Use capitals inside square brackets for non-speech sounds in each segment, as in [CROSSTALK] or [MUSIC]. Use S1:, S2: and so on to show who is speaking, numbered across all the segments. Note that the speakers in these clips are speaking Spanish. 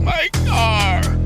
S1: My car!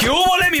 S2: ¿Qué hubo, mi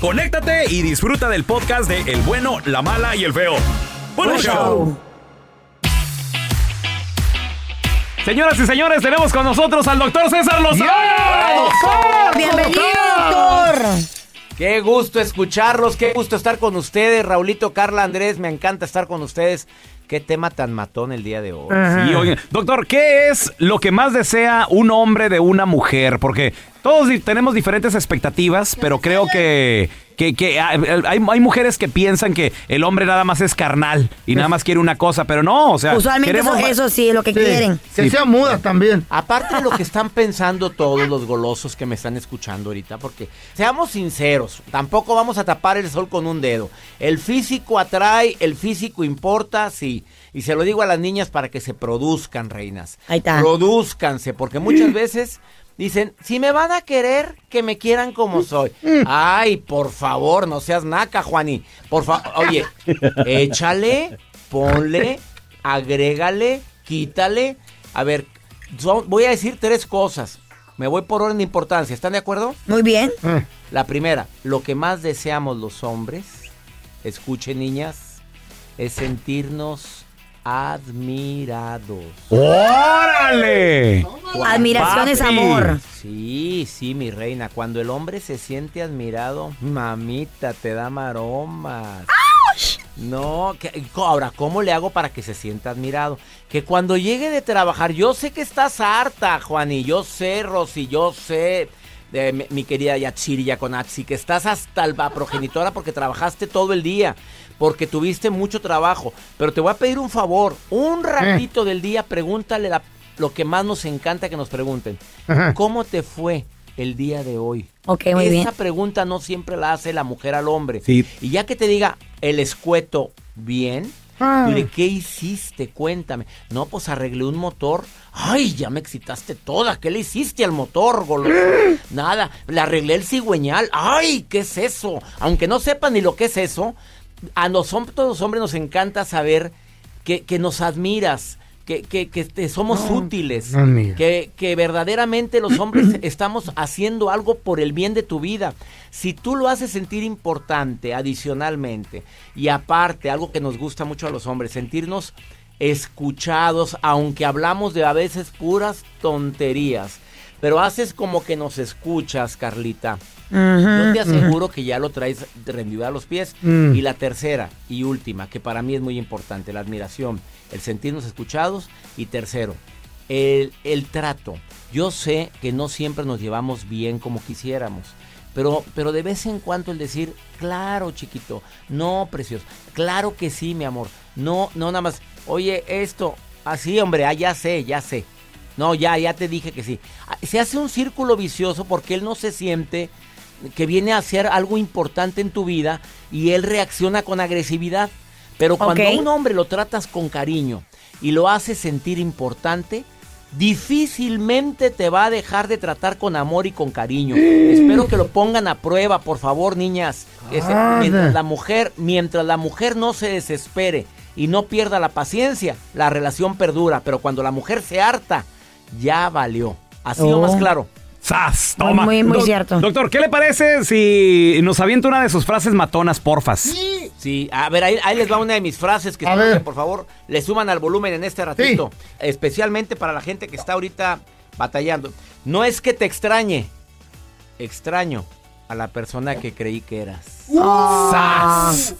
S2: conéctate y disfruta del podcast de El bueno, la mala y el feo. Bueno,
S3: Buen
S2: show.
S3: show.
S2: Señoras y señores, tenemos con nosotros al doctor César Lozano.
S4: Bienvenido, doctor.
S5: Qué gusto escucharlos, qué gusto estar con ustedes, Raulito, Carla, Andrés, me encanta estar con ustedes. Qué tema tan matón el día de hoy.
S2: Sí, oigan, doctor, ¿qué es lo que más desea un hombre de una mujer? Porque todos di- tenemos diferentes expectativas, pero creo que, que, que hay, hay- hay mujeres que piensan que el hombre nada más es carnal y nada más quiere una cosa, pero no, o sea,
S4: Pues Usualmente eso,
S2: queremos ma-
S4: eso sí es lo que
S3: Sí,
S4: quieren.
S3: Que sean mudas también.
S5: Aparte de lo que están pensando todos los golosos que me están escuchando ahorita, porque seamos sinceros, tampoco vamos a tapar el sol con un dedo. El físico atrae, el físico importa, sí. Y se lo digo a las niñas para que se produzcan, reinas.
S4: Ahí está.
S5: Produzcanse, porque muchas veces dicen, si me van a querer, que me quieran como soy. Ay, por favor, no seas naca, Juani. Por favor, oye, échale, ponle, agrégale, quítale. A ver, son- voy a decir tres cosas. Me voy por orden de importancia. ¿Están de acuerdo?
S4: Muy bien.
S3: Eh,
S5: La primera, lo que más deseamos los hombres, escuchen niñas, es sentirnos admirados.
S2: ¡Órale!
S4: Admiración es
S2: papi.
S4: amor.
S5: Sí, sí, mi reina. Cuando el hombre se siente admirado, mamita, te da maromas. No, que- co- ahora, ¿cómo le hago para que se sienta admirado? Que cuando llegue de trabajar, yo sé que estás harta, Juan, y yo sé, Rosy, yo sé, de mi, mi querida Yatsiri Yaconaxi, que estás hasta la progenitora porque trabajaste todo el día, porque tuviste mucho trabajo. Pero te voy a pedir un favor, un ratito del día, pregúntale la- lo que más nos encanta que nos pregunten.
S3: Ajá.
S5: ¿Cómo te fue el día de hoy?
S4: Ok, muy
S5: Esa
S4: bien.
S5: pregunta no siempre la hace la mujer al hombre.
S2: Sí.
S5: Y ya que te diga el escueto bien,
S3: Ah.
S5: dile, ¿qué hiciste? Cuéntame. No, pues arreglé un motor. Ay, ya me excitaste toda. ¿Qué le hiciste al motor,
S3: [CLEARS THROAT]
S5: goloso? Nada, le arreglé el cigüeñal. Ay, ¿qué es eso? Aunque no sepan ni lo que es eso, a nosotros los hombres nos encanta saber que, que nos admiras. Que, que- que te somos útiles,
S3: no, mira.
S5: que, que verdaderamente los
S3: [CLEARS THROAT]
S5: hombres estamos haciendo algo por el bien de tu vida. Si tú lo haces sentir importante adicionalmente y aparte, algo que nos gusta mucho a los hombres, sentirnos escuchados, aunque hablamos de a veces puras tonterías, pero haces como que nos escuchas, Carlita. Yo te aseguro que ya lo traes rendido a los pies.
S3: Mm.
S5: Y la tercera y última, que para mí es muy importante, la admiración, el sentirnos escuchados. Y tercero, el, el trato. Yo sé que no siempre nos llevamos bien como quisiéramos. Pero, pero de vez en cuando el decir, claro, chiquito, no, precioso, claro que sí, mi amor, no, no, nada más, oye, esto, así, hombre, ah, ya ah, sé, ya sé, No, ya, ya te dije que sí. Ah, Se hace un círculo vicioso porque él no se siente que viene a hacer algo importante en tu vida y él reacciona con agresividad. Pero cuando
S6: Ok.
S5: un hombre lo tratas con cariño y lo haces sentir importante, difícilmente te va a dejar de tratar con amor y con cariño. Espero que lo pongan a prueba, por favor, niñas. Este,
S3: Ah,
S5: mientras
S3: de-
S5: la mujer, mientras la mujer no se desespere y no pierda la paciencia, la relación perdura. Pero cuando la mujer se harta, ya valió. Así o
S2: Oh.
S5: más claro.
S2: ¡Sas! Toma.
S5: Muy, muy cierto.
S2: Doctor, ¿qué le parece si nos avienta una de sus frases matonas, porfas?
S5: Sí, a ver, ahí, ahí les va una de mis frases que, espero que, por favor le suman al volumen en este ratito. Especialmente para la gente que está ahorita batallando. No es que te extrañe, extraño a la persona que creí que eras.
S2: ¡Sas!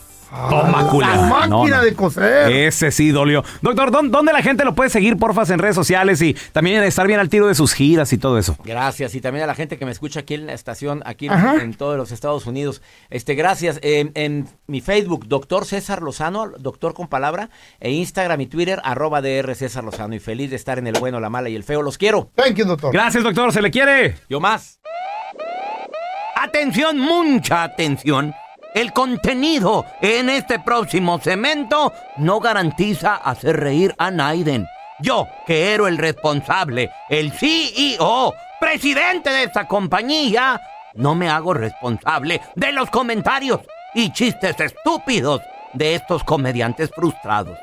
S2: Toma, culera.
S5: Ah, ¡Máquina de coser!
S2: Ese sí dolió. Doctor, ¿dó- ¿dónde la gente lo puede seguir, porfas, en redes sociales y también estar bien al tiro de sus giras y todo eso?
S5: Gracias, y también a la gente que me escucha aquí en la estación, aquí en,
S2: Ajá.
S5: en todos los Estados Unidos. Este, gracias. En, en mi Facebook, doctor César Lozano, doctor con palabra, e Instagram y Twitter, arroba DR César Lozano. Y feliz de estar en el bueno, la mala y el feo. Los quiero.
S3: Thank you, doctor.
S2: Gracias, doctor. Se le quiere.
S5: Yo más.
S7: Atención, mucha atención. El contenido en este próximo cemento no garantiza hacer reír a Naiden. Yo, que era el responsable, el CEO, presidente de esta compañía, no me hago responsable de los comentarios y chistes estúpidos de estos comediantes frustrados.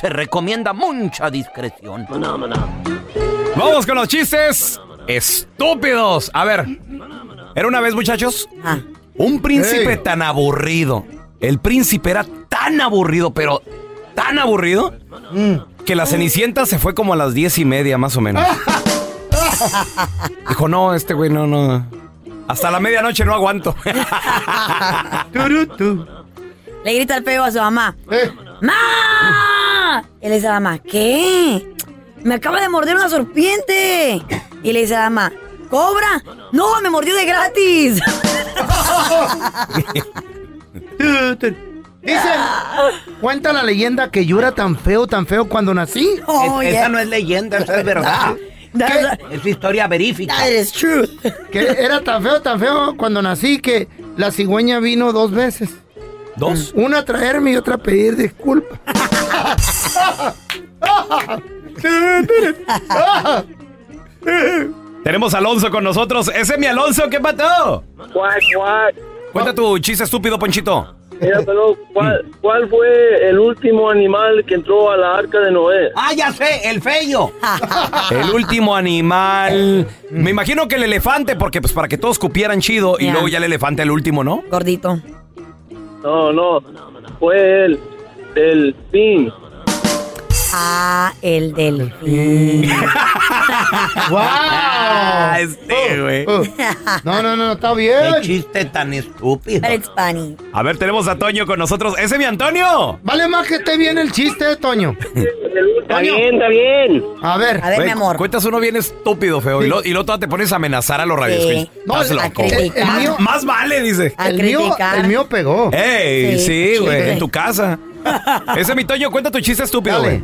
S7: Se recomienda mucha discreción.
S2: Vamos con los chistes estúpidos. A ver, era una vez, muchachos, un príncipe
S7: Ey.
S2: tan aburrido. El príncipe era tan aburrido, pero tan aburrido, que la cenicienta se fue como a las diez y media, más o menos. Dijo, no, este güey, no, no. Hasta la medianoche no aguanto. [LAUGHS]
S4: Le grita el feo a su mamá. ¡Ma! Y le dice a la mamá, ¿qué? Me acaba de morder una serpiente. Y le dice a la mamá, ¿cobra? No, me mordió de [LAUGHS] gratis.
S3: Dicen, cuenta la leyenda que yo era tan feo, tan feo cuando nací.
S4: Oh, Es- esa yeah. no
S3: es leyenda, esa es verdad.
S5: Es historia verífica.
S4: That is true.
S3: Que era tan feo, tan feo cuando nací que la cigüeña vino dos veces.
S2: ¿Dos?
S3: Una a traerme y otra a pedir disculpas.
S2: Tenemos a Alonso con nosotros. Ese es mi Alonso, ¿qué mató? Cuenta tu chiste estúpido, Ponchito.
S8: Mira, pero ¿cuál, cuál fue el último animal que entró a la arca de Noé?
S5: ¡Ah, ya sé! ¡El feyo!
S2: El último animal. Me imagino que el elefante, porque pues para que todos cupieran chido y
S8: Ya.
S2: luego ya el elefante el último, ¿no?
S4: Gordito.
S8: No, no, fue el delfín.
S4: Ah, el delfín.
S2: [LAUGHS]
S3: ¡Wow!
S2: Este,
S3: Oh.
S2: güey.
S3: No, no, no, está bien.
S2: chiste tan estúpido.
S5: Ah,
S4: But it's funny.
S2: A ver, tenemos a Toño con nosotros. ¡Ese es mi Antonio!
S3: Vale más que esté bien el chiste, Toño.
S8: Está bien, está bien.
S3: A ver.
S2: Güey, Cuentas uno bien estúpido, feo. Y, lo, y luego todavía te pones a amenazar a los radios.
S4: eh,
S3: Sí. No,
S2: Estás
S3: a
S2: loco, güey.
S3: criticar.
S2: Más-
S3: El mío-
S2: Más vale, dice.
S3: el mío, el mío pegó.
S2: Eh, ¡Ey! Sí,
S3: Sí,
S2: güey.
S3: sí.
S2: en tu casa. Ese es mi Toño. Cuenta tu chiste estúpido, güey.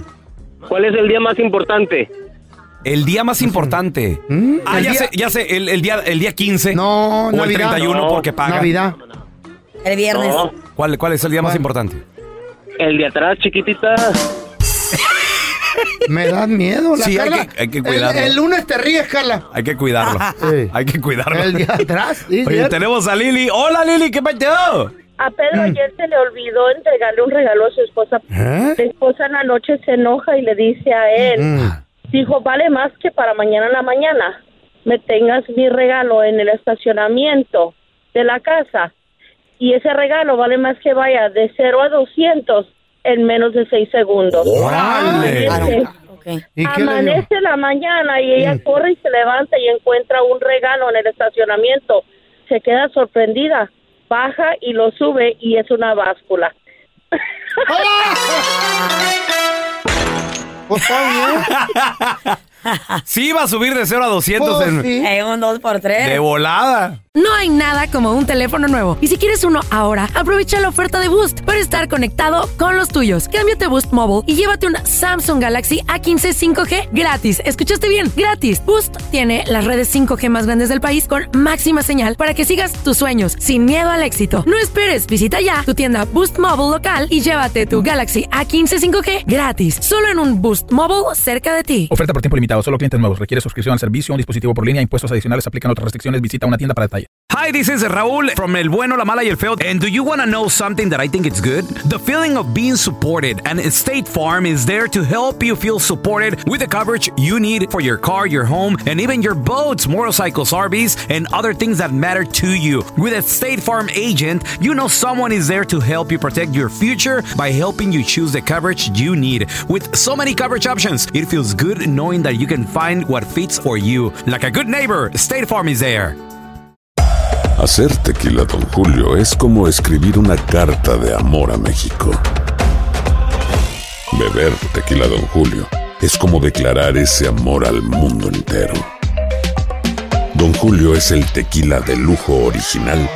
S8: ¿Cuál es el día más importante?
S2: El día más importante. Ah,
S8: El
S2: ya
S8: día-
S2: sé, ya sé, el, el día, el día 15. No, O el
S3: Navidad.
S2: 31
S8: No,
S2: porque paga.
S3: Navidad.
S4: El viernes.
S8: No.
S2: ¿Cuál, ¿Cuál es el día más importante?
S8: El de atrás, chiquitita.
S3: Me da miedo. La
S2: Sí, hay
S3: Carla-
S2: que- hay que
S3: el-
S2: cuidarlo.
S3: El, lunes te ríes, Carla.
S2: Hay que cuidarlo. Hay que cuidarlo.
S3: El día atrás, sí,
S2: [LAUGHS] Oye,
S3: cierto.
S2: tenemos a Lili. ¡Hola, Lili! ¿Qué pasó?
S9: A Pedro ayer se le olvidó entregarle un regalo a su esposa.
S2: ¿Eh?
S9: La esposa en la noche se enoja y le dice a él, dijo, vale más que para mañana en la mañana me tengas mi regalo en el estacionamiento de la casa. Y ese regalo vale más que vaya de 0 a 200 en menos de 6 segundos.
S2: ¡Órale!
S4: Ah,
S9: Amanece.
S2: ¿Y qué le
S9: Amanece la mañana y
S3: Mm.
S9: ella corre y se levanta y encuentra un regalo en el estacionamiento. Se queda sorprendida, baja y lo sube y es una báscula.
S3: ¡Ah!
S9: [LAUGHS]
S3: Pues está bien.
S2: Sí iba a subir de 0 a 200
S3: Oh, pues
S2: en-
S4: Eh, un 2 por 3
S2: de volada.
S6: No hay nada como un teléfono nuevo. Y si quieres uno ahora, aprovecha la oferta de Boost para estar conectado con los tuyos. Cámbiate a Boost Mobile y llévate un Samsung Galaxy A15 5G gratis. ¿Escuchaste bien? Gratis. Boost tiene las redes 5G más grandes del país con máxima señal para que sigas tus sueños sin miedo al éxito. No esperes, visita ya tu tienda Boost Mobile local y llévate tu Galaxy A15 5G gratis. Solo en un Boost Mobile cerca de ti.
S10: Oferta por tiempo limitado, solo clientes nuevos. Requiere suscripción al servicio, un dispositivo por línea, impuestos adicionales, aplican otras restricciones. Visita una tienda para detalle.
S2: Hi, this is Raúl from El Bueno, La Mala y El Feo. And do you want to know something that I think is good? The feeling of being supported. And State Farm is there to help you feel supported with the coverage you need for your car, your home, and even your boats, motorcycles, RVs, and other things that matter to you. With a State Farm agent, you know someone is there to help you protect your future by helping you choose the coverage you need. With so many coverage options, it feels good knowing that you can find what fits for you. Like a good neighbor, State Farm is there.
S11: Hacer tequila, Don Julio, es como escribir una carta de amor a México. Beber tequila, Don Julio, es como declarar ese amor al mundo entero. Don Julio es el tequila de lujo original,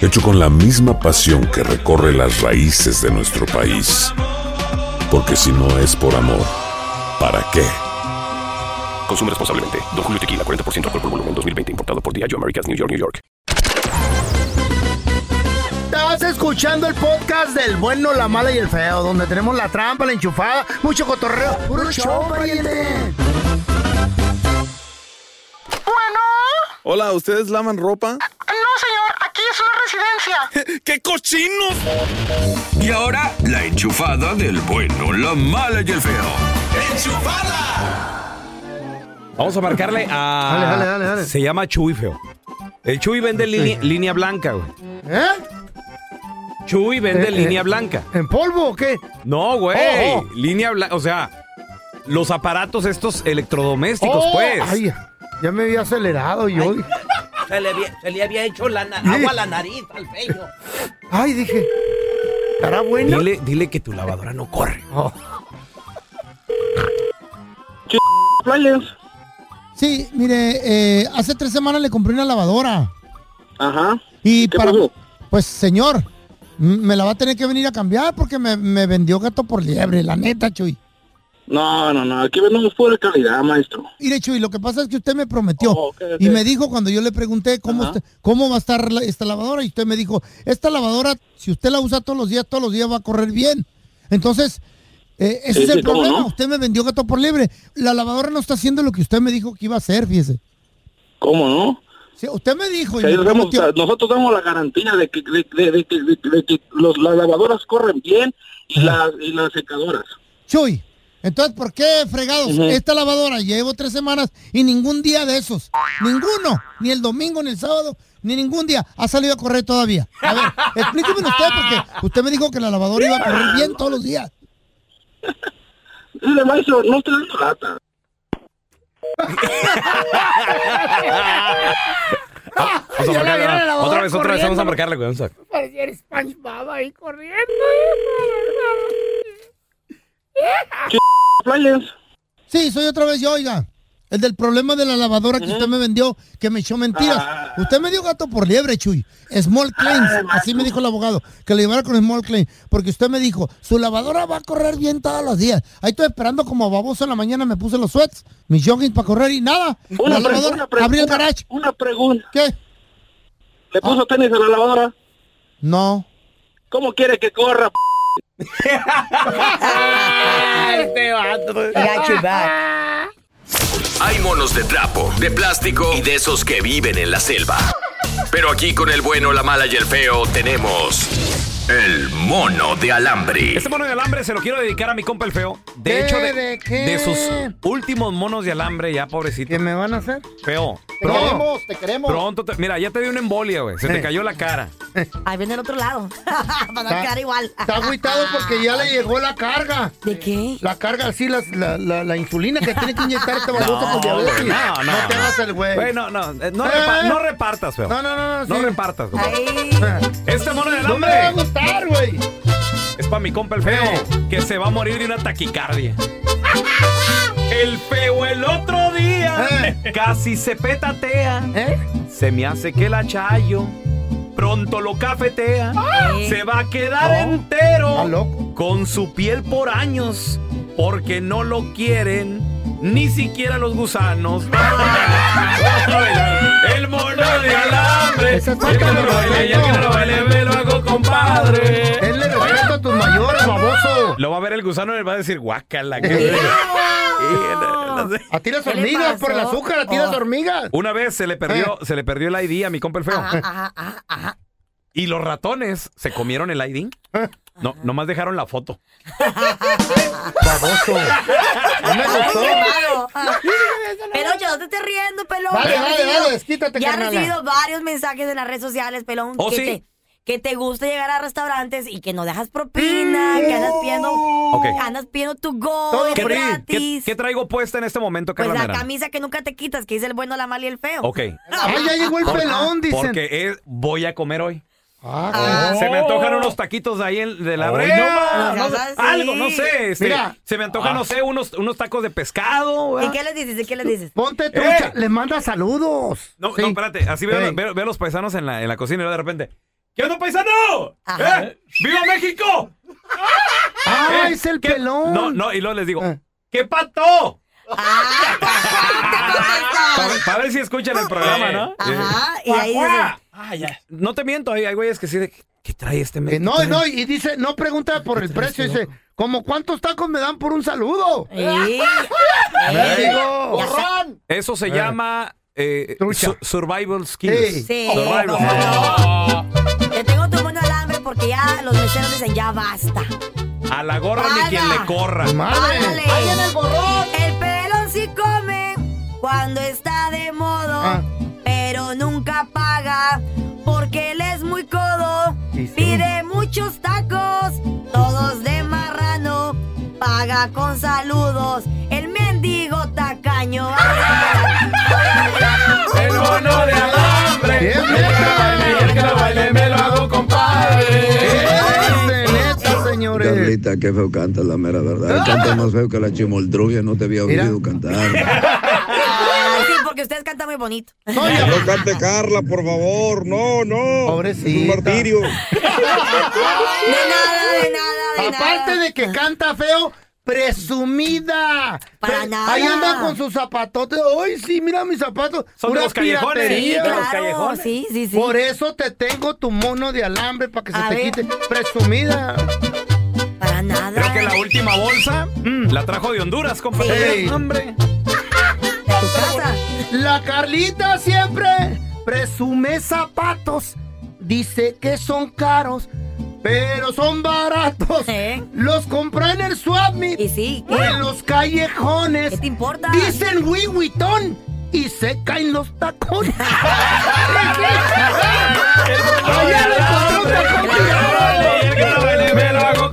S11: hecho con la misma pasión que recorre las raíces de nuestro país. Porque si no es por amor, ¿para qué?
S12: Consume responsablemente. Don Julio Tequila, 40% alcohol por volumen, 2020. Importado por Diageo Americas, New York, New York.
S13: Estás escuchando el podcast del bueno, la mala y el feo, donde tenemos la trampa, la enchufada, mucho cotorreo. ¡Puro show, pariente!
S14: Hola, ¿ustedes lavan ropa?
S8: Ah, No, señor, aquí es una
S14: [LAUGHS]
S8: residencia. ¡Qué cochinos!
S15: Y ahora, la enchufada del bueno, la mala y el feo.
S2: Vamos a marcarle a.
S15: Dale, dale, dale, dale.
S2: Se llama Chuy Feo. El Chuy vende línea- línea blanca, güey.
S13: ¿Eh?
S2: Chuy vende
S13: Eh,
S2: línea
S13: eh,
S2: blanca.
S13: ¿En polvo o qué?
S2: No, güey.
S13: Oh, oh.
S2: Línea blanca. O sea, los aparatos estos electrodomésticos,
S13: Oh,
S2: pues.
S13: ay, ya me había acelerado yo. Ay,
S5: Se le, había- se le había hecho la na-
S13: Sí.
S5: agua a la nariz al feo.
S13: dije. ¿Estará buena?
S2: Dile, dile que tu lavadora no corre.
S3: Sí, mire, eh, hace tres semanas le compré una lavadora.
S16: Ajá.
S3: Y
S16: ¿Qué
S3: para.
S16: pasó?
S3: Pues, señor, m- me la va a tener que venir a cambiar porque me, me vendió gato por liebre, la neta, Chuy.
S16: No, no, no, aquí vendemos pura calidad, maestro.
S3: Mire, Chuy, lo que pasa es que usted me prometió
S16: Oh, ok.
S3: y me dijo cuando yo le pregunté cómo, está- cómo va a estar la- esta lavadora y usted me dijo, esta lavadora, si usted la usa todos los días, todos los días va a correr bien. Entonces, eh, ese
S16: Sí,
S3: es el
S16: sí, cómo
S3: problema.
S16: no.
S3: Usted me vendió gato por liebre. La lavadora no está haciendo lo que usted me dijo que iba a hacer, fíjese.
S16: ¿Cómo no?
S3: Sí, usted me dijo. y
S16: Ahí
S3: me
S16: damos-
S3: prometió-
S16: nosotros damos la garantía de que, de, de- de que- de- de que los- las lavadoras corren bien y, las, y las secadoras.
S3: Chuy, entonces, ¿por qué fregados?
S16: Ujú.
S3: Esta lavadora llevo tres semanas y ningún día de esos, ninguno, ni el domingo, ni el sábado, ni ningún día ha salido a correr todavía. A ver, explíqueme usted, porque usted me dijo que la lavadora iba a correr bien todos los días.
S16: Dile, maestro, no estoy dando lata.
S2: Vamos a
S16: Ya la vieron en
S2: marcarle.
S16: la
S2: Otra
S16: lavadora
S2: vez, otra vez, vamos
S16: corriendo.
S2: a marcarle, güey. Vamos a-
S8: Parecía el SpongeBob ahí corriendo.
S3: Sí, soy otra vez yo, oiga. El del problema de la lavadora que usted me vendió, que me echó mentiras.
S16: Ah.
S3: Usted me dio gato por liebre, Chuy. Small claims, así me dijo el abogado, que le llevara con small claims. Porque usted me dijo, su lavadora va a correr bien todos los días. Ahí estoy esperando como baboso en la mañana, me puse los sweats, mis joggings para correr y nada.
S16: Una
S3: la
S16: pre-
S3: lavadora,
S16: una pre-
S3: abrí el
S16: una-
S3: garage.
S16: Una pregunta.
S3: ¿Qué? Ah.
S16: ¿Le puso tenis a la lavadora?
S3: No.
S16: ¿Cómo quiere que corra, p-?
S5: este
S15: Hay monos de trapo, de plástico y de esos que viven en la selva. Pero aquí con el bueno, la mala y el feo tenemos el mono de alambre.
S2: Este mono de alambre se lo quiero dedicar a mi compa el feo. De
S3: ¿Qué?
S2: hecho, de,
S3: ¿De qué?
S2: de sus últimos monos de alambre, ya pobrecito. ¿Qué
S3: me van a hacer?
S2: Feo.
S3: Te queremos, te queremos.
S2: Pronto, te- mira, ya te dio una embolia, güey. Se te
S3: Eh.
S2: cayó la cara.
S4: Ahí viene el otro lado. [LAUGHS] Van a
S3: Está-
S4: quedar igual.
S3: está
S13: agüitado porque ya le llegó la carga.
S4: [LAUGHS] ¿De qué?
S13: La carga, sí, las- la, la, la insulina que tiene que inyectar este baboso
S2: [LAUGHS] No,
S13: con diabetes.
S2: güey, no, no.
S13: te hagas el güey.
S2: Güey, no, no, eh, no, repa-
S13: ¿Eh?
S2: no repartas, feo.
S13: No, no, no, no,
S2: No
S13: sí.
S2: repartas, güey.
S13: Este
S2: mono de
S13: No me
S2: alambre.
S13: va a gustar, güey.
S2: Es para mi compa el feo, que se va a morir de una taquicardia. El feo el otro día
S13: Eh.
S2: casi se petatea. Se me hace que la chayo pronto lo cafetea. Se va a quedar entero con su piel por años porque no lo quieren ni siquiera los [LAUGHS] gusanos. El mono de alambre. El que no lo baile, ya que no lo baile, me lo hago compadre.
S3: Denle respeto a tus mayores, baboso.
S2: Lo va a ver el gusano y le va a decir guácala. [LAUGHS]
S3: A ti las hormigas por el azúcar, a ti las hormigas.
S2: Una vez se le perdió,
S3: Eh.
S2: se le perdió el ID a mi compa el feo. Y los ratones se comieron el ID.
S3: Eh.
S2: No, nomás dejaron la foto.
S3: Baboso. No me
S4: Ay,
S3: gustó.
S4: qué malo. Pelocho, no te estés riendo, pelón.
S3: Dale,
S4: Ya he
S3: dale,
S4: recibido-
S3: dale, desquítate,
S4: Ya he
S3: carnala.
S4: recibido varios mensajes en las redes sociales, pelón.
S2: ¿Oh,
S4: que,
S2: sí?
S4: te, que te gusta llegar a restaurantes y que no dejas propina, que andas pidiendo,
S2: Ok.
S4: andas pidiendo tu go,
S2: ¿Qué,
S4: de
S2: tra-
S4: gratis.
S2: qué- qué traigo puesta en este momento,
S4: Pues
S2: Carla
S4: la
S2: Medrano?
S4: camisa que nunca te quitas, que dice el bueno, la mala y el feo.
S2: Ok.
S4: Ah, ya llegó el
S2: Por-
S4: pelón, dicen.
S2: Porque es- voy a comer hoy.
S3: Ah,
S2: Se me antojan unos taquitos de ahí en- de la
S3: Hoy
S2: brea.
S3: Oh. no
S2: no
S3: más, no
S2: sé,
S3: seas así.
S2: algo, no sé. este,
S3: Mira.
S2: se me antojan,
S3: Ah.
S2: no sé, unos, unos tacos de pescado.
S4: ¿Y
S2: ¿verdad?
S4: qué les dices? ¿Y qué les dices?
S3: Ponte trucha, les manda saludos.
S2: Eh. No, no, espérate. Así veo,
S3: Ey.
S2: veo- veo a los paisanos en la, en la cocina y luego de repente. ¿Qué onda, paisano? ¿Eh? ¡Viva México!
S3: Ah,
S2: ¿Eh?
S3: es el
S2: ¿Qué-
S3: pelón. Ah.
S2: No, no, y luego les digo, ¡qué pato! Para, para ver si escuchan el programa, ¿no?
S3: Ajá,
S2: Eh,
S3: y ahí
S2: ¡Guacuá!
S3: dices-
S2: No te miento, hay, hay güeyes que sí de, ¿qué trae este
S3: Eh,
S2: México?
S3: no, no, y dice, no pregunta por
S2: Este
S3: el precio, dice, como cuántos tacos me dan por un saludo.
S4: Ey.
S2: Ey.
S3: Mendigo.
S2: Ya Eso se
S3: Eh.
S2: llama eh, su- survival
S3: Ey.
S2: skills.
S4: Sí.
S2: Survival.
S4: Te tengo tu mano al hambre porque ya los meseros dicen ya basta.
S2: A la gorra ni quien le corra.
S4: Ándale. El pelón sí come cuando está de modo,
S3: Ah.
S4: pero nunca paga porque él es muy codo.
S3: Y sí.
S4: Pide muchos tacos, todos de marrano. Paga con saludos el mendigo tacaño.
S2: El mono de alambre.
S3: que lo
S2: baile, me lo hago compadre.
S3: Neta, señores. Ah.
S17: Carlita, qué feo canta la mera verdad. Canta más feo que la chimoltruvia, no te había
S3: Mira.
S17: oído cantar.
S4: Ay, sí, porque ustedes cantan muy bonito.
S17: No cante Carla, por favor. No, no. Pobrecito. Es un martirio.
S3: Aparte de que canta feo, presumida. Para
S4: nada.
S3: Ahí anda con sus zapatotes. Ay, sí, mira mis zapatos.
S2: Son de
S3: Pura
S2: los callejones,
S3: piratería.
S2: de los Claro, callejones.
S4: sí, sí, sí.
S3: Por eso te tengo tu mono de alambre para que se
S4: A
S3: te
S4: ver.
S3: quite. Presumida.
S4: Para nada.
S2: Creo que la última bolsa mm, la trajo de Honduras, compadre.
S3: Ey.
S2: Hombre.
S3: La Carlita siempre presume zapatos. Dice que son caros, pero son baratos. Los compra en el swap meet o en los callejones. ¿Qué te
S4: importa?
S3: Dicen Louis Vuitton y se caen los
S2: [LAUGHS]
S3: tacones. Ay, Ah, ya le encontró un tacón tirado.
S2: Me lo hago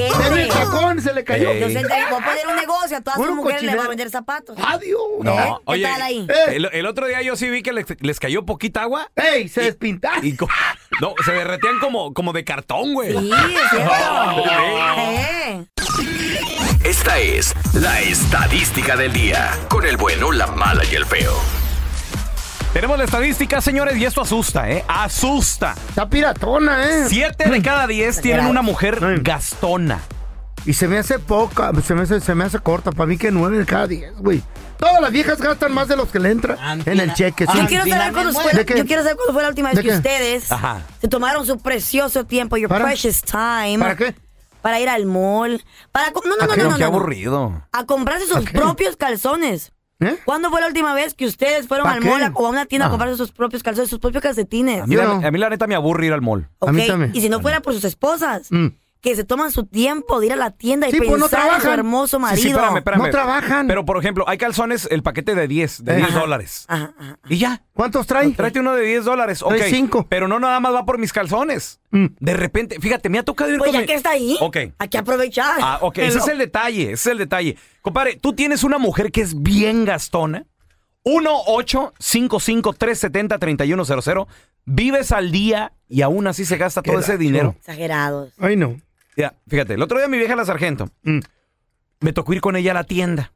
S3: En el tacón se le cayó.
S2: Ey.
S4: Entonces, te- voy a poner un negocio. A todas sus
S3: Puro
S4: mujeres les voy a
S3: cochinero. Ah,
S4: vender zapatos.
S3: Adiós.
S2: No,
S4: ¿Qué
S2: oye,
S4: tal ahí?
S3: Eh.
S2: el, el otro día yo sí vi que les, les cayó poquita agua.
S3: ¡Ey! Se despintaron.
S2: [LAUGHS] no, se derretían como, como de cartón, güey.
S4: Sí, es cierto.
S2: No.
S4: Eh.
S15: Esta es la estadística del día. Con el bueno, la mala y el feo.
S2: Tenemos la estadística, señores, y esto asusta, ¿eh? Asusta.
S3: Está piratona, ¿eh?
S2: Siete de cada diez tienen una mujer gastona.
S3: Y se me hace poca, se me hace, se me hace corta. Para mí que nueve de cada diez, güey. Todas las viejas gastan más de los que le entran
S2: Ah,
S3: en el cheque. sí.
S4: Yo quiero saber cuándo fue,
S3: ¿De qué?
S4: yo quiero saber cuándo fue la última vez
S3: ¿De
S4: que
S3: qué?
S4: ustedes
S3: Ajá.
S4: se tomaron su precioso tiempo, your
S3: ¿Para?
S4: precious time.
S3: ¿Para qué?
S4: Para ir al mall. Para com- no, no, no, no, no,
S2: Qué
S4: no, no.
S2: aburrido.
S4: A comprarse sus propios calzones.
S3: ¿Eh?
S4: ¿Cuándo fue la última vez que ustedes fueron
S2: ¿Pa
S4: al
S2: qué?
S4: mall a- o a una tienda
S2: Ah.
S4: a comprarse sus propios calzones, sus propios calcetines?
S2: A mí, la, a mí la neta me aburre ir al mall.
S4: Ok, Y si no fuera por sus esposas, que se toman su tiempo de ir a la tienda y
S3: Mm. Sí, pues,
S4: pensar
S3: no
S4: en su
S3: trabajan.
S4: hermoso marido.
S2: Sí, sí, espérame, espérame.
S3: No trabajan.
S2: Pero, por ejemplo, hay calzones, el paquete de 10, de
S3: Eh.
S2: 10
S3: Ajá.
S2: dólares.
S4: Ajá,
S2: Y ya.
S3: ¿Cuántos trae?
S2: Tráete uno de 10 dólares. Ok.
S3: Trae cinco. Mm.
S2: Pero no nada más va por mis calzones. De repente, fíjate, me ha tocado ir
S4: Pues
S2: con
S4: ya
S2: mi-
S4: que está ahí,
S2: Ok.
S4: hay que aprovechar.
S2: Ah,
S4: [LAUGHS]
S2: ok. Ese es el detalle, ese es el detalle. Compadre, tú tienes una mujer que es bien gastona. 1 8 370 3100 Vives al día y aún así se gasta todo ese dinero.
S4: Exagerados.
S3: Ay, no.
S2: Ya, fíjate, el otro día mi vieja la sargento mm, me tocó ir con ella a la tienda.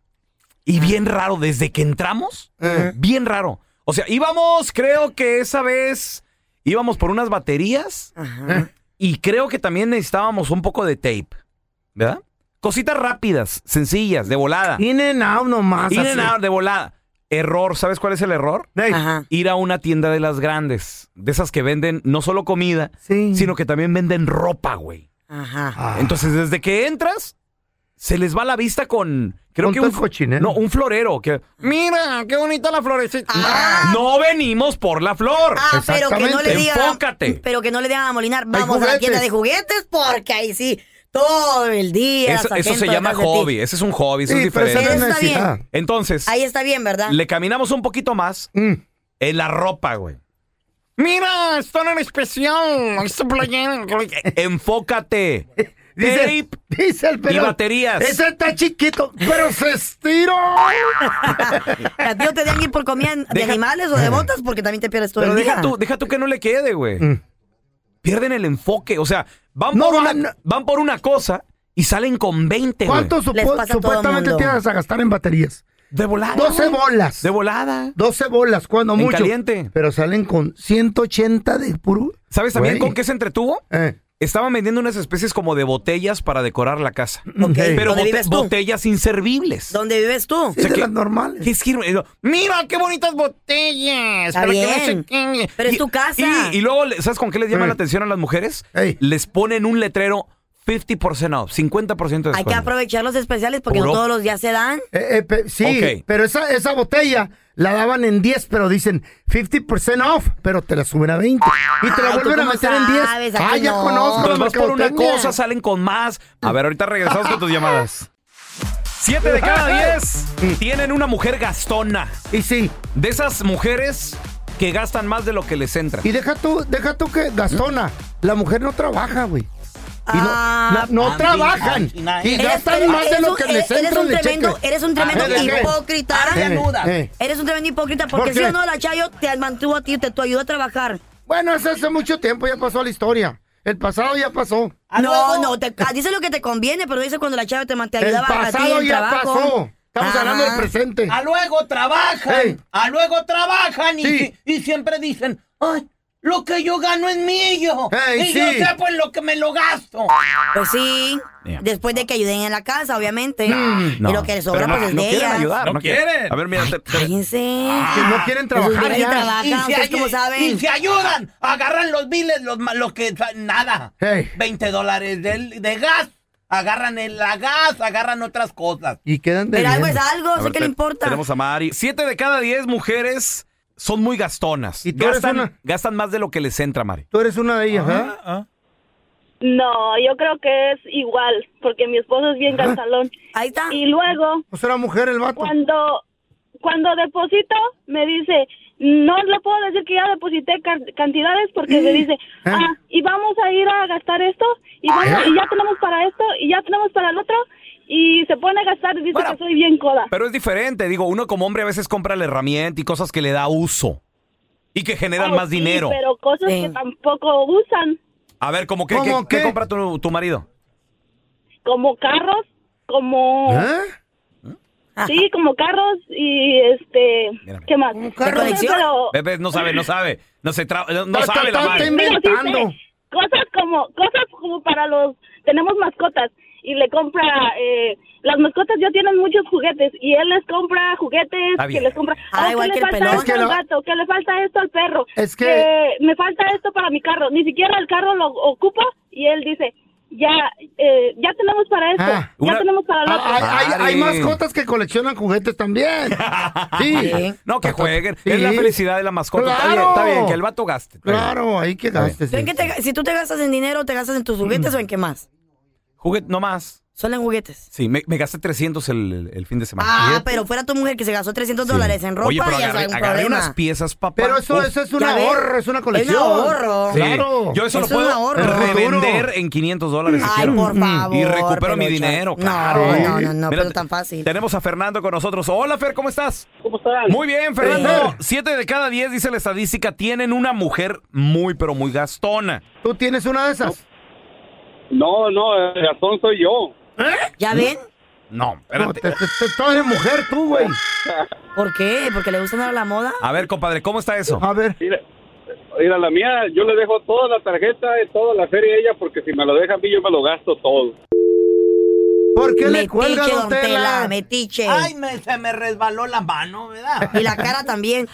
S2: Y bien raro, desde que entramos, bien raro. O sea, íbamos, creo que esa vez íbamos por unas baterías
S3: Eh,
S2: y creo que también necesitábamos un poco de tape, ¿verdad? Cositas rápidas, sencillas, de volada.
S18: In and out nomás.
S2: Ah. In
S18: así.
S2: and out, de volada. Error, ¿sabes cuál es el error? Ir a una tienda de las grandes, de esas que venden no solo comida, sino que también venden ropa, güey.
S18: Ajá.
S3: Ah.
S4: Ah.
S2: Entonces, desde que entras, se les va la vista con. Creo que un,
S4: ¿eh?
S2: No, un florero. Que, Mira, qué bonita la florecita.
S3: Ah.
S2: No venimos por la flor.
S4: Ah, pero que no le digan.
S2: Enfócate.
S4: Pero que no le digan a Molinar, vamos a la tienda
S2: juguetes.
S4: de juguetes porque ahí sí, todo el día.
S2: Eso, eso
S4: sargento
S2: se
S4: de
S2: llama
S4: calcetín.
S2: hobby. Ese es un hobby. Eso
S4: Sí,
S2: es
S4: pero esa
S2: diferente.
S4: no es Pero está necesidad. bien.
S2: Entonces,
S4: Ahí está bien, ¿verdad?
S2: le caminamos un poquito más
S3: Mm.
S2: en la ropa, güey.
S18: Mira, están en especial. Esta playera.
S2: Enfócate.
S18: Dice, dice el pelón.
S2: Y baterías.
S18: Ese está chiquito, pero se
S2: [LAUGHS]
S18: estiró.
S4: [LAUGHS] ¿A ti no te dejan ir por comida de
S2: Deja-
S4: animales
S3: Eh.
S4: o de botas? Porque también te pierdes todo
S2: Pero
S4: el día.
S2: deja tú, deja tú que no le quede, güey.
S3: Mm.
S2: Pierden el enfoque. O sea, van, por una, van por una cosa y salen con 20, güey.
S3: ¿Cuánto supo- supuestamente te ibas a gastar en baterías?
S2: De volada.
S3: 12
S2: güey.
S3: bolas.
S2: De volada.
S3: 12 bolas, cuando
S2: En
S3: mucho.
S2: caliente.
S3: Pero salen con 180 de puro.
S2: ¿Sabes también
S3: Güey. Eh.
S2: con qué se entretuvo? Estaban vendiendo unas especies como de botellas para decorar la casa.
S3: Ok.
S2: Pero
S3: ¿Dónde
S2: bote-
S3: vives tú?
S2: botellas inservibles.
S4: ¿Dónde vives tú?
S2: o sea, que- ¿Qué es que- eh, no. Mira qué bonitas botellas.
S4: Está
S2: pero que no
S4: bien.
S2: sé qué.
S4: Pero es
S2: Y-
S4: tu casa.
S2: Y, y luego, le- ¿sabes con qué les llama
S4: Eh.
S2: la atención a las mujeres? Les ponen un letrero 50% off, 50% de
S3: pues,
S4: Hay que
S2: descuento.
S4: aprovechar los especiales porque no
S2: Puro-
S4: todos los días se dan.
S3: Eh, eh, pe- sí,
S2: Ok.
S3: pero esa, esa botella la daban en 10, pero dicen 50% off, pero te la suben a 20. Y te la
S4: Ay, Ah, ¿tú
S3: vuelven a
S4: cómo
S3: meter en 10.
S4: sabes? ¿A
S3: Ah,
S4: que
S3: ya
S4: no?
S3: conozco.
S2: Pero
S3: la
S2: vas por una
S3: mercadotecnia.
S2: cosa, salen con más. A ver, ahorita regresamos con tus llamadas. Siete de cada diez tienen una mujer gastona.
S3: Y sí.
S2: De esas mujeres que gastan más de lo que les entra.
S3: Y deja tú, deja tú que Gastona, la mujer no trabaja, güey. Y no,
S4: Ah.
S3: na- no
S2: también,
S3: trabajan.
S2: cochina,
S3: Y
S2: eres-
S3: gastan
S4: eres-
S3: más de
S4: eres
S3: lo
S4: un-
S3: que
S4: eres-
S3: les
S4: eres
S3: entra
S4: un
S3: de
S4: tremendo-
S3: cheque.
S4: eres un tremendo
S3: A ver, ¿qué?
S4: hipócrita.
S3: Ah, eh, eh.
S4: Eres un tremendo hipócrita
S3: ¿Por
S4: porque
S3: qué?
S4: si o no, la Chayo te mantuvo a ti, te, te ayudó a trabajar.
S3: Bueno, eso hace mucho tiempo ya pasó la historia. El pasado ya pasó.
S4: No, no, te, ah, dice lo que te conviene, pero dice cuando la Chayo te, man- te
S3: El
S4: ayudaba a ti en
S3: pasado
S4: el
S3: ya
S4: trabajo.
S3: pasó. Estamos
S4: Ajá.
S3: hablando del presente.
S7: A luego trabajan,
S3: Ey.
S7: a luego trabajan y,
S3: Sí.
S7: si- y siempre dicen, ay, lo que yo gano es mío.
S4: Ey,
S7: y yo
S4: sí.
S7: sé pues lo que me lo gasto.
S4: Pues sí, después de que ayuden en la casa, obviamente. Y lo que le sobra,
S2: Pero no-
S4: pues es
S2: no
S4: de
S2: quieren
S4: ellas.
S2: ayudar, Ah, no quieren. A ver, mira. te- te-
S3: Ah,
S4: Que no quieren trabajar Pues hubieran ya. trabajado, ustedes
S7: ayu-
S4: cómo saben.
S7: y se ayudan, agarran los biles, los, ma- los que nada.
S3: Ey.
S7: 20 dólares de, de gas. Agarran el la gas, agarran otras cosas.
S3: Y quedan
S7: Pero algo es algo,
S2: A
S7: sé
S2: ver,
S7: que le
S2: te-
S7: importa.
S2: Tenemos a Mari. Siete de cada diez mujeres son muy gastonas.
S3: tú eres
S2: gastan,
S3: una?
S2: gastan más de lo que les entra, Mari.
S3: Tú eres una de ellas, ¿eh? ¿verdad?
S19: No, yo creo que es igual, porque mi esposo es bien gastalón.
S4: Ahí está.
S19: Y luego...
S3: Pues era mujer el vato.
S19: Cuando, cuando deposito, me dice, no le puedo decir que ya deposité can- cantidades, porque me
S7: Eh.
S19: dice, ah, y vamos a ir a gastar esto, y,
S7: Ah.
S19: vamos- y ya tenemos para esto, y ya tenemos para el otro, y se pone a gastar, y dice que soy bien coda.
S2: Pero es diferente. Digo, uno como hombre a veces compra la herramienta y cosas que le da uso y que generan
S19: Oh,
S2: más
S19: sí,
S2: dinero.
S19: Pero cosas que tampoco usan,
S2: A ver, ¿cómo qué,
S19: ¿Cómo
S2: qué- qué compra tu, tu marido?
S19: como carros, como...
S3: ¿Eh?
S19: Sí, como carros y este... ¿Qué más? No sé, pero-
S2: Bebé, no sabe, no sabe. No se tra- no, no
S19: Está-
S2: sabe la
S19: está-
S2: Mari.
S19: está Digo, sí sé, Cosas como, cosas como para los, tenemos mascotas y le compra, eh, las mascotas ya tienen muchos juguetes y él les compra juguetes,
S3: Está
S19: que
S3: bien.
S19: les compra,
S3: Ah,
S19: "Oh,
S3: igual
S19: que
S3: que
S19: le
S3: el
S19: falta
S3: pelón.
S19: esto
S3: Es que
S19: al
S3: lo-
S19: gato, que le falta esto al perro, Eh,
S3: Es que-
S19: me falta esto para mi carro, ni siquiera el carro lo ocupa y él dice, ya, eh, ya tenemos para esto,
S3: Ah,
S19: ya
S3: una-
S19: tenemos para lo
S3: Ah,
S19: otro.
S3: hay, hay- hay
S2: Mari.
S3: mascotas que coleccionan
S2: [LAUGHS]
S3: juguetes también. Sí.
S2: No, que jueguen. Es
S3: Sí.
S2: la felicidad de la mascota. Está bien,
S3: Claro.
S2: está bien, que el vato gaste. Está bien.
S3: Claro, ahí que gastes.
S4: ¿Tú en qué te- si tú te gastas en dinero, ¿te gastas en tus juguetes o en qué más?
S2: Juguete, no más.
S4: Solo en juguetes.
S2: Sí, me, me gasté 300 el, el- el fin de semana.
S4: Ah, pero fuera tu mujer que se gastó 300 dólares en ropa
S2: Oye, pero
S4: y
S2: agarré,
S4: algún
S2: agarré
S4: problema.
S2: unas piezas, papá.
S3: Pero eso,
S2: Uf.
S3: eso es un
S4: Ya ves,
S3: ahorro, es una
S4: es un
S3: colección.
S4: ahorro.
S2: Sí.
S3: Claro.
S2: Yo eso
S4: Eso
S2: lo
S4: es un
S2: puedo
S4: ahorro.
S2: revender en 500 dólares. si
S4: Ay,
S2: quiero.
S4: por favor,
S2: Y recupero mi
S4: Peluchas.
S2: dinero,
S4: No,
S2: claro.
S4: no, no, no,
S2: Mira,
S4: pero tan fácil.
S2: Mm. Tenemos a Fernando con nosotros. Hola, Fer, ¿cómo estás?
S20: ¿Cómo están?
S2: Muy bien, Fernando. Siete de cada diez, dice la estadística, tienen una mujer muy, pero muy gastona.
S3: ¿Tú tienes una de esas?
S20: No, no, el gastón soy yo.
S2: ¿Mm?
S4: ¿Ya ven?
S2: No, espérate.
S3: Tú eres mujer, tú, güey.
S4: ¿Por qué? ¿Porque le gusta andar a la moda?
S2: A ver, compadre, ¿cómo está eso?
S3: A ver.
S8: Mira, mira, la mía, yo le dejo toda la tarjeta, toda la serie a ella, porque si me lo deja a mí, yo me lo gasto todo.
S3: ¿Por qué
S4: le cuelga don Tela? Metiche.
S5: Ay, me- se me resbaló la mano, ¿verdad?
S4: Y la cara también.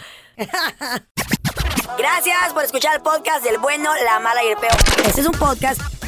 S4: Gracias por escuchar el podcast del bueno, la mala y el peor. Este es un podcast